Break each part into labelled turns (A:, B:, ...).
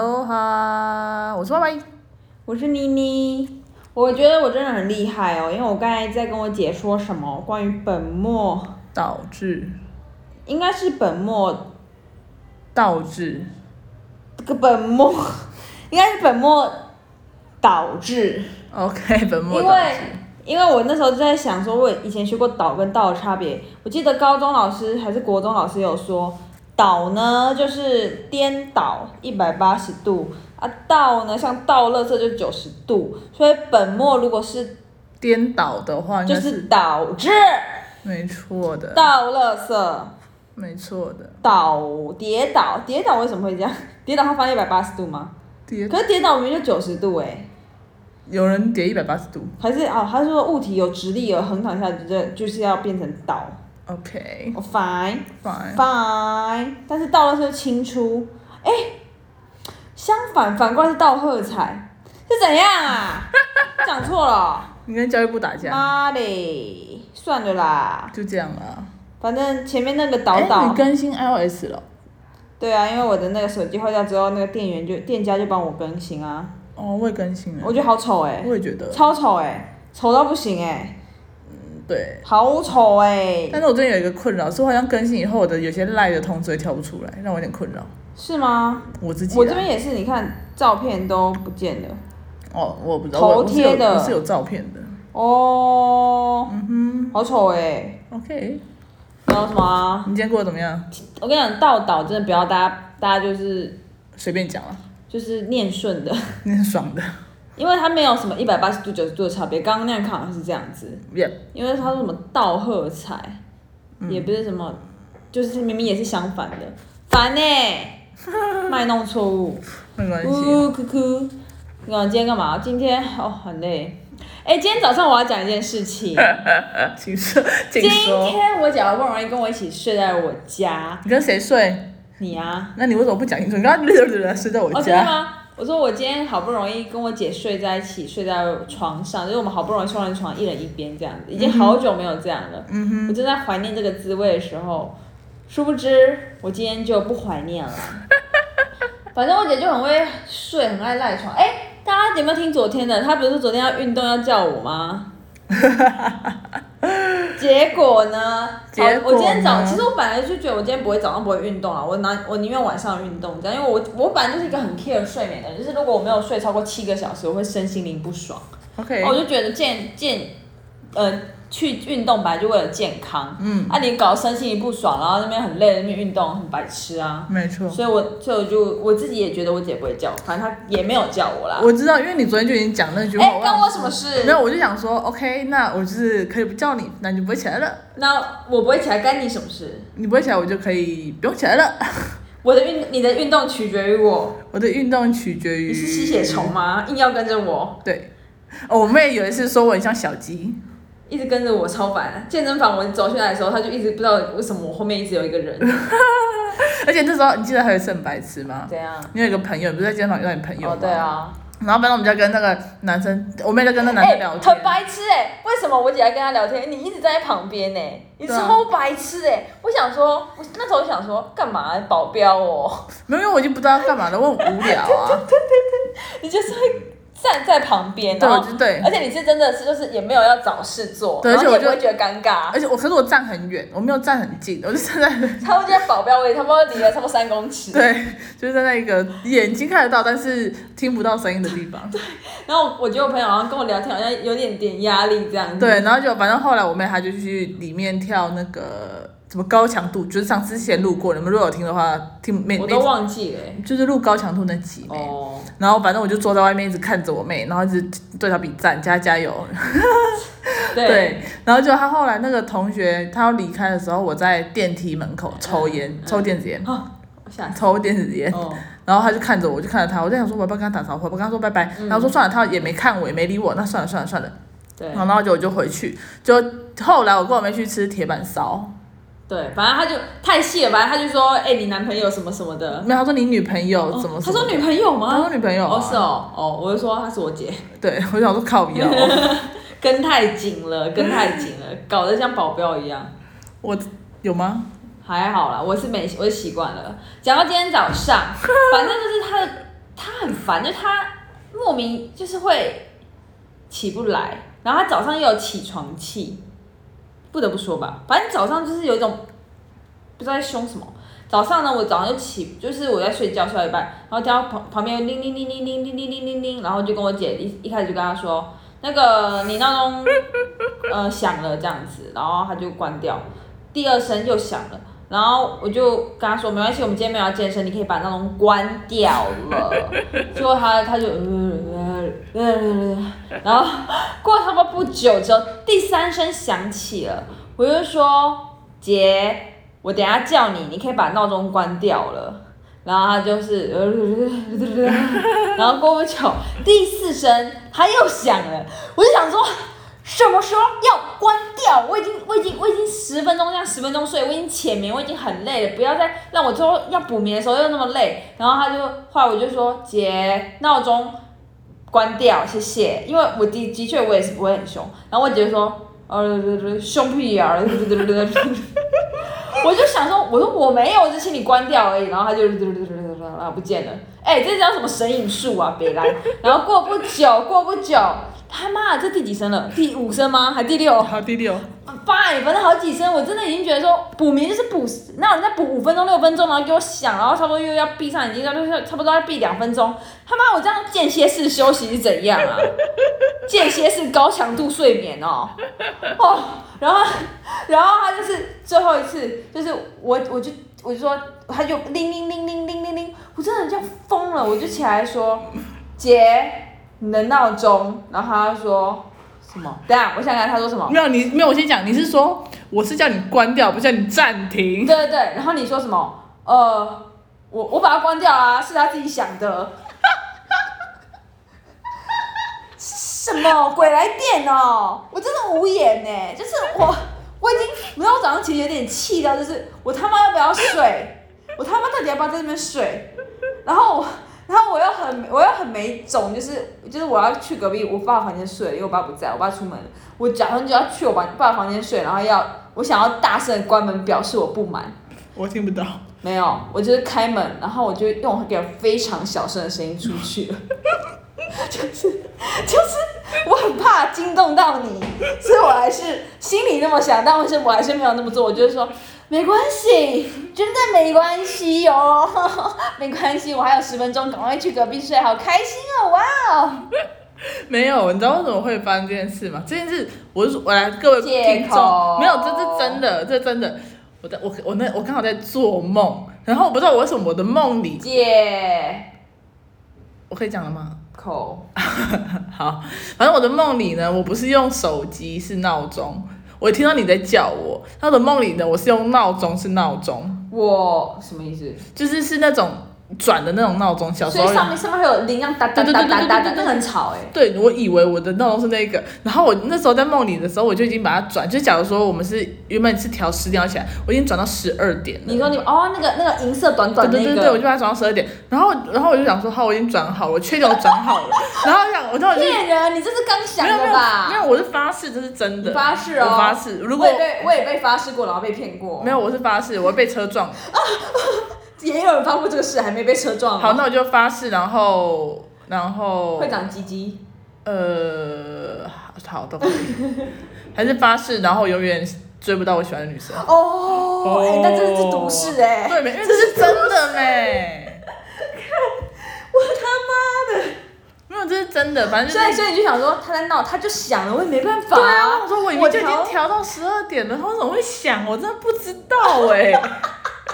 A: Aloha，我是歪歪。
B: 我是妮妮，我觉得我真的很厉害哦，因为我刚才在跟我姐说什么关于本末，
A: 倒置，
B: 应该是本末
A: 倒置，
B: 这个本末，应该是本末倒置，
A: OK，本
B: 因
A: 末倒
B: 为
A: 置。
B: 因为我那时候就在想说，我以前学过倒跟倒的差别，我记得高中老师还是国中老师有说，倒呢就是颠倒一百八十度啊，倒呢像倒垃圾就九十度，所以本末如果是
A: 颠倒的话，应
B: 就
A: 该
B: 是
A: 是
B: 导致。
A: 没错的，
B: 倒垃圾，
A: 没错的。
B: 倒跌倒，跌倒为什么会这样？跌倒它翻一百八十度吗？
A: 跌，
B: 可是跌倒明明就九十度哎、
A: 有人跌一百八十度。
B: 还是哦，他说物体有直立有横躺下，就是就是要变成倒。
A: OK，
B: 哦 fine
A: fine。
B: fine，但是倒垃圾就清出，哎、相反反过来是倒喝彩，是怎样 啊？讲错了哦，
A: 你跟教育部打架，
B: 妈嘞，算了啦，
A: 就这样啦。
B: 反正前面那个倒
A: 哎
B: 倒
A: 你。更新 iOS 了？
B: 对啊，因为我的那个手机坏掉之后，那个店员就店家就帮我更新啊，
A: 哦，我也更新了
B: 我。觉得好丑哎、
A: 我也觉得，
B: 超丑哎、丑到不行哎、
A: 对。
B: 好丑哎、
A: 但是我最近有一个困扰，是我好像更新以后，我的有些赖的通知会跳不出来，让我有点困扰。
B: 是吗？
A: 我自己啊啦，
B: 我这边也是，你看照片都不见了
A: 哦，我不知道，
B: 头
A: 我我是有
B: 贴的
A: 我是有照片的。
B: 哦，
A: 嗯
B: 好丑哎、
A: 哼，OK，
B: 然后什么啊、
A: 你今天过得怎么样？
B: 我跟你讲，倒倒真的不要大家，大家就是
A: 随便讲了，啊
B: 就是念顺的，
A: 你很爽的。
B: 因为它没有什么一百八十度、九十度的差别。刚刚那样看好像是这样子，
A: Yep，
B: 因为他说什么倒喝彩，也不是什么，就是明明也是相反的，烦呢、卖弄错误，
A: 没关系。
B: 呜哭哭。你看我今天干嘛？今天哦很累。哎、今天早上我要讲一件事情。
A: 呃，请说，请
B: 今
A: 说。
B: 天我姐好不容易跟我一起睡在我家，
A: 你跟谁睡？
B: 你啊？
A: 那你为什么不讲清楚？你刚刚溜溜的睡在我
B: 哦，真的
A: 家，
B: 吗？我说我今天好不容易跟我姐睡在一起，睡在床上， 就是我们好不容易双人床，一人一边这样子，已经好久没有这样了。嗯哼，我正在怀念这个滋味的时候，殊不知我今天就不怀念了。反正我姐就很会睡，很爱赖床。哎、大家有没有听昨天的？她不是昨天要运动要叫我 吗？结果呢？
A: 结果呢
B: 好我今天早，其实我本来就觉得我今天不会早上不会运动了，啊我拿我宁愿晚上运动这样，因为我我本来就是一个很 care 睡眠的人，就是如果我没有睡超过七个小时，我会身心灵不爽。
A: ？OK，
B: 我就觉得健健，呃，去运动本来就为了健康，嗯，啊，你搞得身心灵不爽，然后那边很累，那边运动很白痴啊。
A: 没错。
B: 所以我，所以我就我自己也觉得我姐不会叫我，反正她也没有叫我啦。
A: 我知道，因为你昨天就已经讲那句话。
B: 哎、
A: 想
B: 关我
A: 说
B: 什么事？
A: 没有，我就想说，OK，那我就是可以不叫你，那你就不会起来了。
B: 那我不会起来，干你什么事？
A: 你不会起来，我就可以不用起来了。
B: 我的运，你的运动取决于我。
A: 我的运动取决于
B: 你是吸血虫吗？硬要跟着我，
A: 对，哦，我妹有一次说我很像小鸡，
B: 一直跟着我，超烦。健身房我走进来的时候，他就一直不知道为什么我后面一直有一个人，
A: 而且那时候你记得还有一次很白痴吗？
B: 怎样？
A: 你有一个朋友，你不是在健身房遇到你朋友吗？
B: 哦，对。啊。
A: 然后反正我们就跟那个男生，我妹在跟那男
B: 哎，
A: 生聊天，
B: 很白痴哎、为什么我姐在跟他聊天，你一直在旁边呢、你
A: 对啊
B: 超白痴哎、我想说，我那时候想说干嘛、保镖哦，
A: 没有，因为我已经不知道要干嘛了，我很无聊 啊。
B: 你就是会站在旁边，
A: 对，
B: 然
A: 我
B: 后
A: 就对，
B: 而且你是真的是就是也没有要找事做，
A: 对
B: 然后你
A: 而
B: 也
A: 且
B: 不
A: 我
B: 会觉得尴尬。
A: 而且我可是我站很远，我没有站很近，我就站 在
B: 差不多在保镖位，差不多离了差不多三公尺。
A: 对，就是在那个眼睛看得到，但是听不到声音的地方。
B: 然后我觉得我朋友好像跟我聊天，好像有点点压力这样子。
A: 对，然后就反正后来我妹她就去里面跳那个什么高强度，就是上次之前录过，你们如果有听的话，听没
B: 我
A: 没
B: 都忘记了欸、
A: 就是录高强度那集没。
B: 哦，
A: 然后反正我就坐在外面一直看着我妹，然后一直对她比赞，加加油，
B: 对，
A: 对，然后就他后来那个同学，他要离开的时候，我在电梯门口抽烟，
B: 嗯
A: 抽电子烟，
B: 我想
A: 抽电子烟。
B: 哦，
A: 然后他就看着我，我就看着他，我在想说我要不要跟他打招呼，我跟他说拜拜。
B: 嗯
A: 然后说算了，他也没看我，也没理我，那算了算了算了。
B: 对
A: 然后就我就回去，就后来我跟我妹去吃铁板烧，
B: 对，反正他就太细了，反正他就说，哎、你男朋友什么什么的。
A: 没有他说你女朋友怎么
B: 哦
A: 什
B: 他
A: 么的？
B: 说女朋友
A: 他
B: 吗？
A: 说女朋友啊、
B: 哦，是哦，哦，我就说她是我姐，
A: 对，我想说靠 腰，
B: 跟太紧了，跟太紧了，搞得像保镖一样。
A: 我有吗？
B: 还好啦，我是没，我是习惯了。讲到今天早上，反正就是他的很烦，就他莫名就是会起不来，然后他早上又有起床气，不得不说吧，反正早上就是有一种不知道在凶什么。早上呢，我早上就起，就是我在睡觉睡到一半，然后听到旁旁边铃铃铃铃铃铃铃铃铃铃，然后就跟我姐一一开始就跟她说，那个你闹钟呃响了这样子，然后她就关掉，第二声又响了。然后我就跟她说没关系，我们今天没有要健身，你可以把闹钟关掉了。结果她她就呃呃呃呃，然后过了差不多不久之后，第三声响起了，我就说姐，我等一下叫你，你可以把闹钟关掉了。然后他就是，然后过不久第四声他又响了，我就想说什么时候要关掉？我已经我已经我已经十分钟这样十分钟睡，我已经浅眠，我已经很累了，不要再让我最后要补眠的时候又那么累。然后他就后来我就说姐闹钟关掉，谢谢，因为我的的确我也是不会很凶。然后我姐就说呃凶屁眼儿。我就想说，我说我没有，我就请你关掉而已，然后他就然后不见了。哎、这叫什么神隐术啊，北兰。然后过不久，过不久，他妈的这第几声了？第五声吗？哦还第六？
A: 好，第六，
B: 啊 fine，反正好几声，我真的已经觉得说补眠就是补，那你再补五分钟六分钟，然哦后给我想，然后差不多又要闭上眼睛，差不多差不多要闭两分钟，他妈我这样间歇式休息是怎样啊？间歇式高强度睡眠哦，哦，然后然后他就是最后一次，就是我我就我就说，他就铃铃铃铃铃铃铃，我真的就疯了，我就起来说，姐，你的闹钟，然后他就说。什么？等一下，我想想看他说什么。
A: 没有你没有，我先讲，你是说我是叫你关掉，不是叫你暂停，
B: 对对对，然后你说什么？呃，我我把它关掉啦、是他自己想的。 什么鬼来电哦！我真的无言呢、就是我我已经，你知道我早上其实有点气到，就是我他妈要不要睡？我他妈到底要不要在这边睡？然后我。然后我又很，我又很没种，就是就是我要去隔壁我爸房间睡，因为我爸不在，我爸出门了，我假装就要去我爸爸房间睡，然后要我想要大声地关门表示我不满，
A: 我听不到。
B: 没有，我就是开门，然后我就用一个非常小声的声音出去了，就是就是我很怕惊动到你，所以我还是心里那么想，但我是我还是没有那么做，我就是说没关系，真的没关系哟、哦，没关系，我还有十分钟，赶快去隔壁睡，好开心哦，哇哦，
A: 没有，你知道为什么会发生这件事吗？这件事，我是我来各位
B: 借
A: 听
B: 口
A: 众，没有，这是真的，这是真的。我在我我那我刚好在做梦，然后我不知道我为什么我的梦里，
B: 借
A: 我可以讲了吗？
B: 口，
A: 好，反正我的梦里呢，我不是用手机是闹钟，我听到你在叫我。然后我的梦里呢，我是用闹钟是闹钟，
B: 我什么意思？
A: 就是是那种转的那种闹钟，小时
B: 所
A: 候
B: 以
A: 有
B: 上面上面会有铃，铛哒哒哒哒哒哒，那很吵哎、
A: 对，我以为我的闹钟是那个，然后我那时候在梦里的时候，我就已经把它转，就假如说我们是原本是调十点要起来，我已经转到十二点了
B: 你。说你哦，那个那个银色短
A: 对
B: 短那
A: 对
B: 个，
A: 对对，我就把它转到十二点，然后然后我就想说，好，我已经转好了，我确定我转好 了，然后我想，我当时就
B: 骗人，你这是刚想
A: 没有没
B: 的
A: 有
B: 吧？
A: 没有，我是发誓这是真
B: 你
A: 的，
B: 发誓
A: 我
B: 哦，
A: 发誓，如果
B: 我也被我也被发誓过，然后被骗过，
A: 没有，我是发誓，我会被车撞。
B: 哦也有人发过这个誓，还没被车撞。哦
A: 好，那我就发誓，然后然后
B: 会长鸡鸡，
A: 呃，好的，都可 以还是发誓，然后永远追不到我喜欢的女生。
B: 哦，哎，那真的是毒誓哎，
A: 哦对，没，因为这是真的没。
B: 我他妈的，
A: 没有，这是真的，反正就
B: 所以
A: 是。
B: 所以你就想说他在闹，他就想了，我也没办法
A: 对啊，我说我已经就已经
B: 调
A: 调到十二点了，他为什么会响？我真的不知道哎、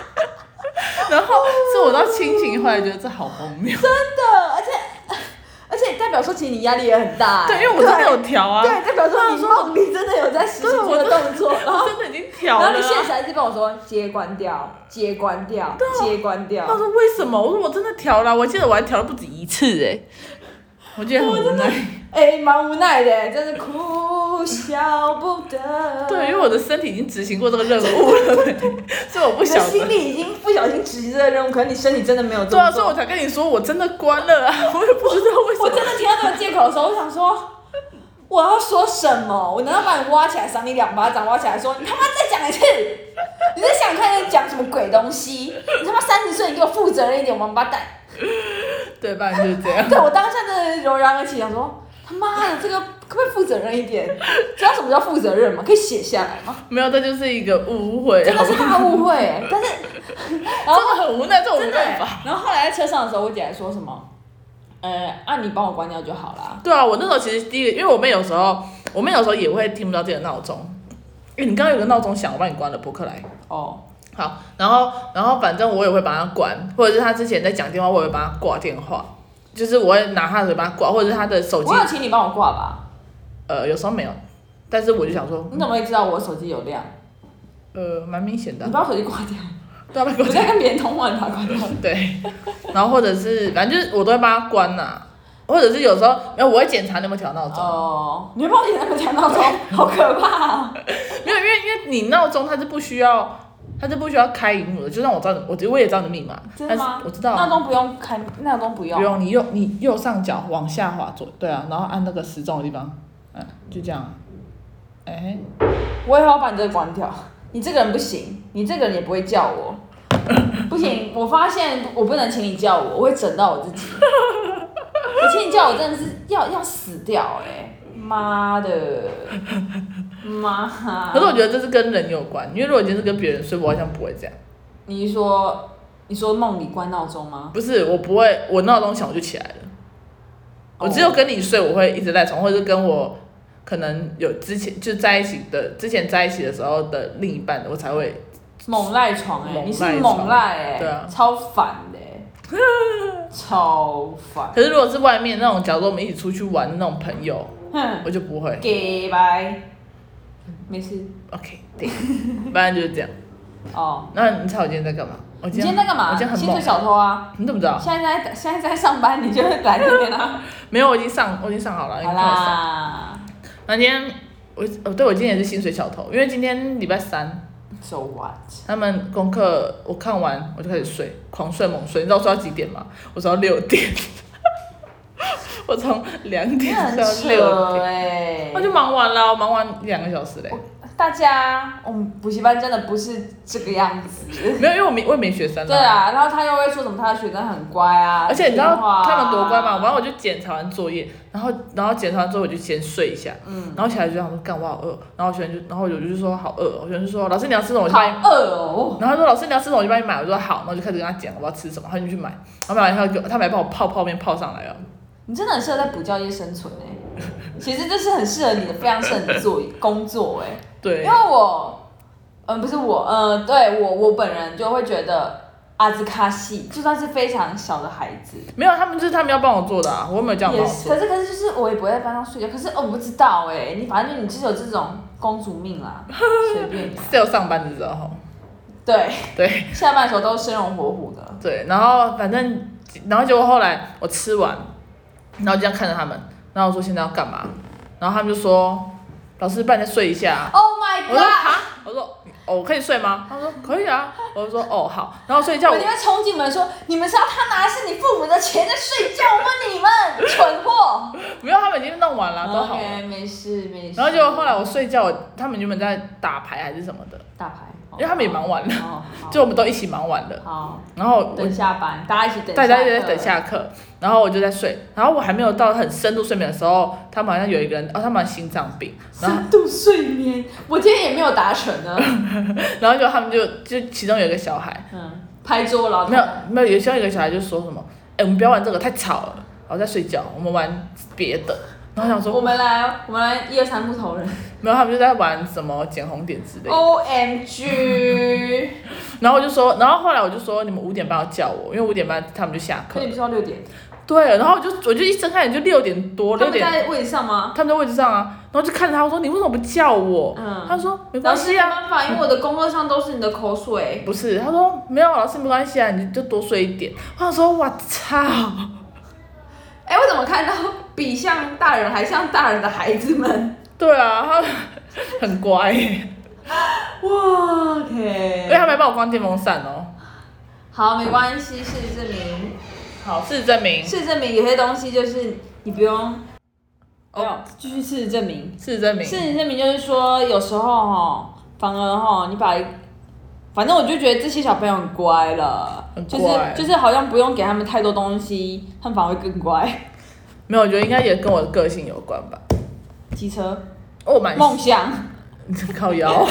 A: 然后是我到清醒，后来觉得这好荒谬。
B: 真的，而且而且代表说其实你压力也很大，哎
A: 对，因为我真的有调啊，
B: 对，代表说你梦里真的有在实行
A: 对我
B: 这个动作，然后
A: 我真的已经调了、
B: 然后你
A: 啊。
B: 现实还一直跟我说接关掉，接关掉，接关掉。
A: 他说为什啊么？我说我真的调了啊，我记得我还调了不止一次哎、我觉得很无奈。
B: 哎，蛮无奈的，真是哭笑不得。
A: 对，因为我的身体已经执行过这个任务 了、所以我不
B: 你的
A: 晓
B: 心
A: 得。
B: 里已经不小心执行这个任务，可是你身体真的没有这
A: 对啊，
B: 么
A: 所以我
B: 做。
A: 才跟你说我真的关了啊，我也不知道为什
B: 我
A: 么。
B: 真的听到这个借口的时候，我想说，我要说什么？我难道把你挖起来赏你两巴掌？挖起来说你他妈再讲一次，你在想看在讲什么鬼东西？你他妈三十岁，你给我负责任一点，王八蛋！
A: 对，反正就是这样。
B: 对我当下真的柔然而起，想说他妈的这个可不可以负责任一点？知道什么叫负责任吗？可以写下来吗？
A: 没有，这就是一个误会，
B: 真
A: 好
B: 的
A: 不
B: 是
A: 好？
B: 大误会、欸，但是然后
A: 真的很无奈，这种
B: 真
A: 无
B: 的欸
A: 办法。。
B: 然后后来在车上的时候，我姐还说什么，呃，啊你帮我关掉就好啦。
A: 对啊，我那时候其实第一个，因为我妹有时候，我妹有时候也会听不到自己的闹钟。哎、你刚刚有个闹钟响，我帮你关了，博客来。
B: 哦，
A: 好，然后然后反正我也会帮他关，或者是他之前在讲电话，我也会帮他挂电话，就是我会拿他的嘴巴挂，或者是他的手机
B: 我，有请你帮我挂吧？
A: 呃，有时候没有，但是我就想说，
B: 你怎么会知道我手机有亮？
A: 呃，蛮明显的
B: 你，把我手机挂掉，
A: 对啊，被
B: 我
A: 挂
B: 在跟别人通话，你把它挂掉。
A: 对，然后或者是反正就是我都会帮他关呐、或者是有时候没有，我会检查你有没有调闹钟，
B: 哦，你会帮我姐那个讲闹钟，好可怕啊！
A: 没有，因为因为你闹钟它是不需要，它是不需要开荧幕的，就算我知道你，我我也知道你的密码，
B: 真的
A: 但是
B: 吗
A: 我知道
B: 闹
A: 啊。
B: 钟不用开，闹钟不
A: 不
B: 用。
A: 用，你右你右上角往下滑左，对啊，然后按那个时钟的地方，嗯，就这样。哎、
B: 我以后要把你这个关掉。你这个人不行，你这个人也不会叫我。不行，我发现我不能请你叫我，我会整到我自己。我请你叫我真的是要要死掉哎、妈的，妈！
A: 可是我觉得这是跟人有关，因为如果今天是跟别人睡，我好像不会这样。
B: 你说你说梦里关闹钟吗？
A: 不是，我不会，我闹钟响我就起来了。
B: 哦
A: 我只有跟你睡，我会一直赖床，或者是跟我可能有之前就在一起的，之前在一起的时候的另一半，我才会
B: 猛赖床哎、
A: 猛
B: 你是
A: 赖床
B: 猛赖哎、
A: 对啊
B: 超烦的、欸， 超烦。
A: 可是如果是外面那种，假如说我们一起出去玩的那种朋友，
B: 哼，
A: 我就不会。
B: 给白，没事
A: OK，对， 反正就是这样。
B: 哦。
A: 那你猜我今天在干嘛？我
B: 你今天在干嘛？
A: 我今天很
B: 薪水
A: 猛。
B: 小偷啊！
A: 你怎么知道？
B: 现在在现在在上班，你就会来 这边啊。
A: 没有，我已经上，我已经上好了。你
B: 好
A: 看我上。
B: 啦，
A: 那今天我哦，对我今天也是薪水小偷，因为今天礼拜三，
B: so what？
A: 他们功课我看完我就开始睡，狂睡猛睡。你知道我睡到几点吗？我睡到六点， 我从两
B: 你
A: 点
B: 很
A: 睡到六
B: 扯
A: 点，
B: 哎、
A: 我就忙完了，我忙完一两个小时嘞。
B: 大家，我们补习班真的不是这个样子。
A: 没有，因为我没我也没学生
B: 对啊，然后他又会说什么他的学生很乖啊，
A: 而且你知道
B: 听话啊
A: 他们多乖吗？？完我就检查完作业，然后然后检查完作业我就先睡一下，嗯，然后起来就想说干我好饿，然后我学生就然后我就说好饿，我学生就说老师你要吃什么我就
B: 好
A: 帮你，
B: 饿哦，
A: 然后他说老师你要吃什么我就帮你买，我说好，然后我就开始跟他讲我要吃什么，他就去买，然后买完以后给我他们还帮我泡泡面泡上来了，
B: 你真的很适合在补教业 生存哎、其实这是很适合你的，非常适合你的作工作哎、
A: 对
B: 因为，我，嗯，不是我，呃，对我我本人就会觉得阿兹卡西就算是非常小的孩子，
A: 没有他们就是他们要帮我做的啊，我又没有这样帮
B: 也
A: 我
B: 是，
A: 做
B: 可，是可是就是我也不会在班上睡觉，可是哦我不知道哎、你反正就你就是有这种公主 命啦，随便你啊，
A: 只有上班的时候，
B: 对，
A: 对，
B: 下班的时候都生龙活虎的，
A: 对，然后反正，然后结果后来我吃完，然后就这样看着他们，然后我说现在要干嘛？然后他们就说，老师，不然再睡一下啊。
B: Oh my
A: 我说
B: god！
A: 哈，我说哦，我可以睡吗？他说可以啊。我就说哦好，然后睡一觉
B: 我
A: 我
B: 一定会冲进门说：“你们是要他拿的是你父母的钱在睡觉吗？你们蠢货
A: 没有，他们已经弄完！”了，都好了。啊
B: OK，没事没事。
A: 然后结果后来我睡觉，他们原本在打牌还是什么的，
B: 打牌，
A: 因为他们也忙完了，
B: 哦，好
A: 就我们都一起忙完了。
B: 好，
A: 然后我
B: 等下班，大家一起等，
A: 大家一直在等。下课，然后我就在睡，然后我还没有到很深度睡眠的时候，他们好像有一个人，哦，他们好像心脏病，然后
B: 深度睡眠，我今天也没有达成呢。
A: 嗯然后就他们就就其中有一个小孩，
B: 嗯，拍桌了，
A: 没有没有，有其中有一个小孩就说什么，哎、我们不要玩这个，太吵了，我在睡觉，我们玩别的。然后想
B: 我
A: 说，
B: 们来，我们来一二三木头人。
A: 没有，他们就在玩什么捡红点之类的。
B: O M G！
A: 然后我就说，然后后来我就说，你们五点半要叫我，因为五点半他们就下
B: 可
A: 课
B: 你。不是要六点？
A: 对，然后我就我就一睁开眼就六点多，
B: 他
A: 六
B: 们
A: 点
B: 在位置上吗？
A: 他们在位置上啊，然后就看着他，我说你为什么不叫我？
B: 嗯
A: 他说没
B: 老
A: 关
B: 师没
A: 系啊，
B: 办法，因为我的工作上都是你的口水。
A: 不是，他说没有老师没关系啊，你就多睡一点。我想说，我操，
B: 哎、我怎么看到比像大人还像大人的孩子们？
A: 对啊，他很乖耶、
B: 哇
A: 因为
B: ，OK，
A: 他没帮我关电风扇哦。
B: 好，没关系，事实证明，
A: 好，事实证明，
B: 事实证明有些东西就是你不用，
A: 哦
B: 没有，继续事实证明，
A: 事实证明
B: 事，实证明就是说有时候哈，反而哈，你把反正我就觉得这些小朋友很乖了，
A: 很
B: 就是
A: 乖
B: 就是好像不用给他们太多东西，他们反而会更乖。
A: 没有，我觉得应该也跟我的个性有关吧。哦
B: 机车
A: 我蛮
B: 梦想，
A: 靠腰，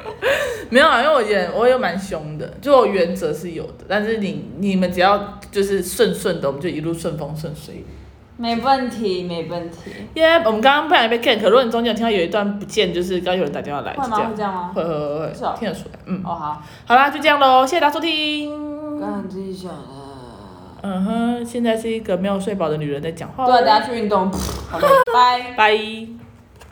A: 没有啊，因为我也我也蛮凶的，就我原则是有的，但是你你们只要就是顺顺的，我们就一路顺风顺水。
B: 没问题，没问题。
A: 耶、我们刚刚不然被 gank，如果你中间有听到有一段不见，就是刚有人打电话来，就
B: 会
A: 这
B: 吗？会
A: 样，
B: 这样吗？
A: 会会会会
B: 是哦
A: 会，听得出来，嗯，
B: 哦好，
A: 好啦，就这样喽，谢谢大家收听。
B: 干自己想的。
A: 嗯
B: 啊
A: 哼，现在是一个没有睡饱的女人在讲话哦。
B: 对啊，等下去运动。好的，拜。
A: 拜。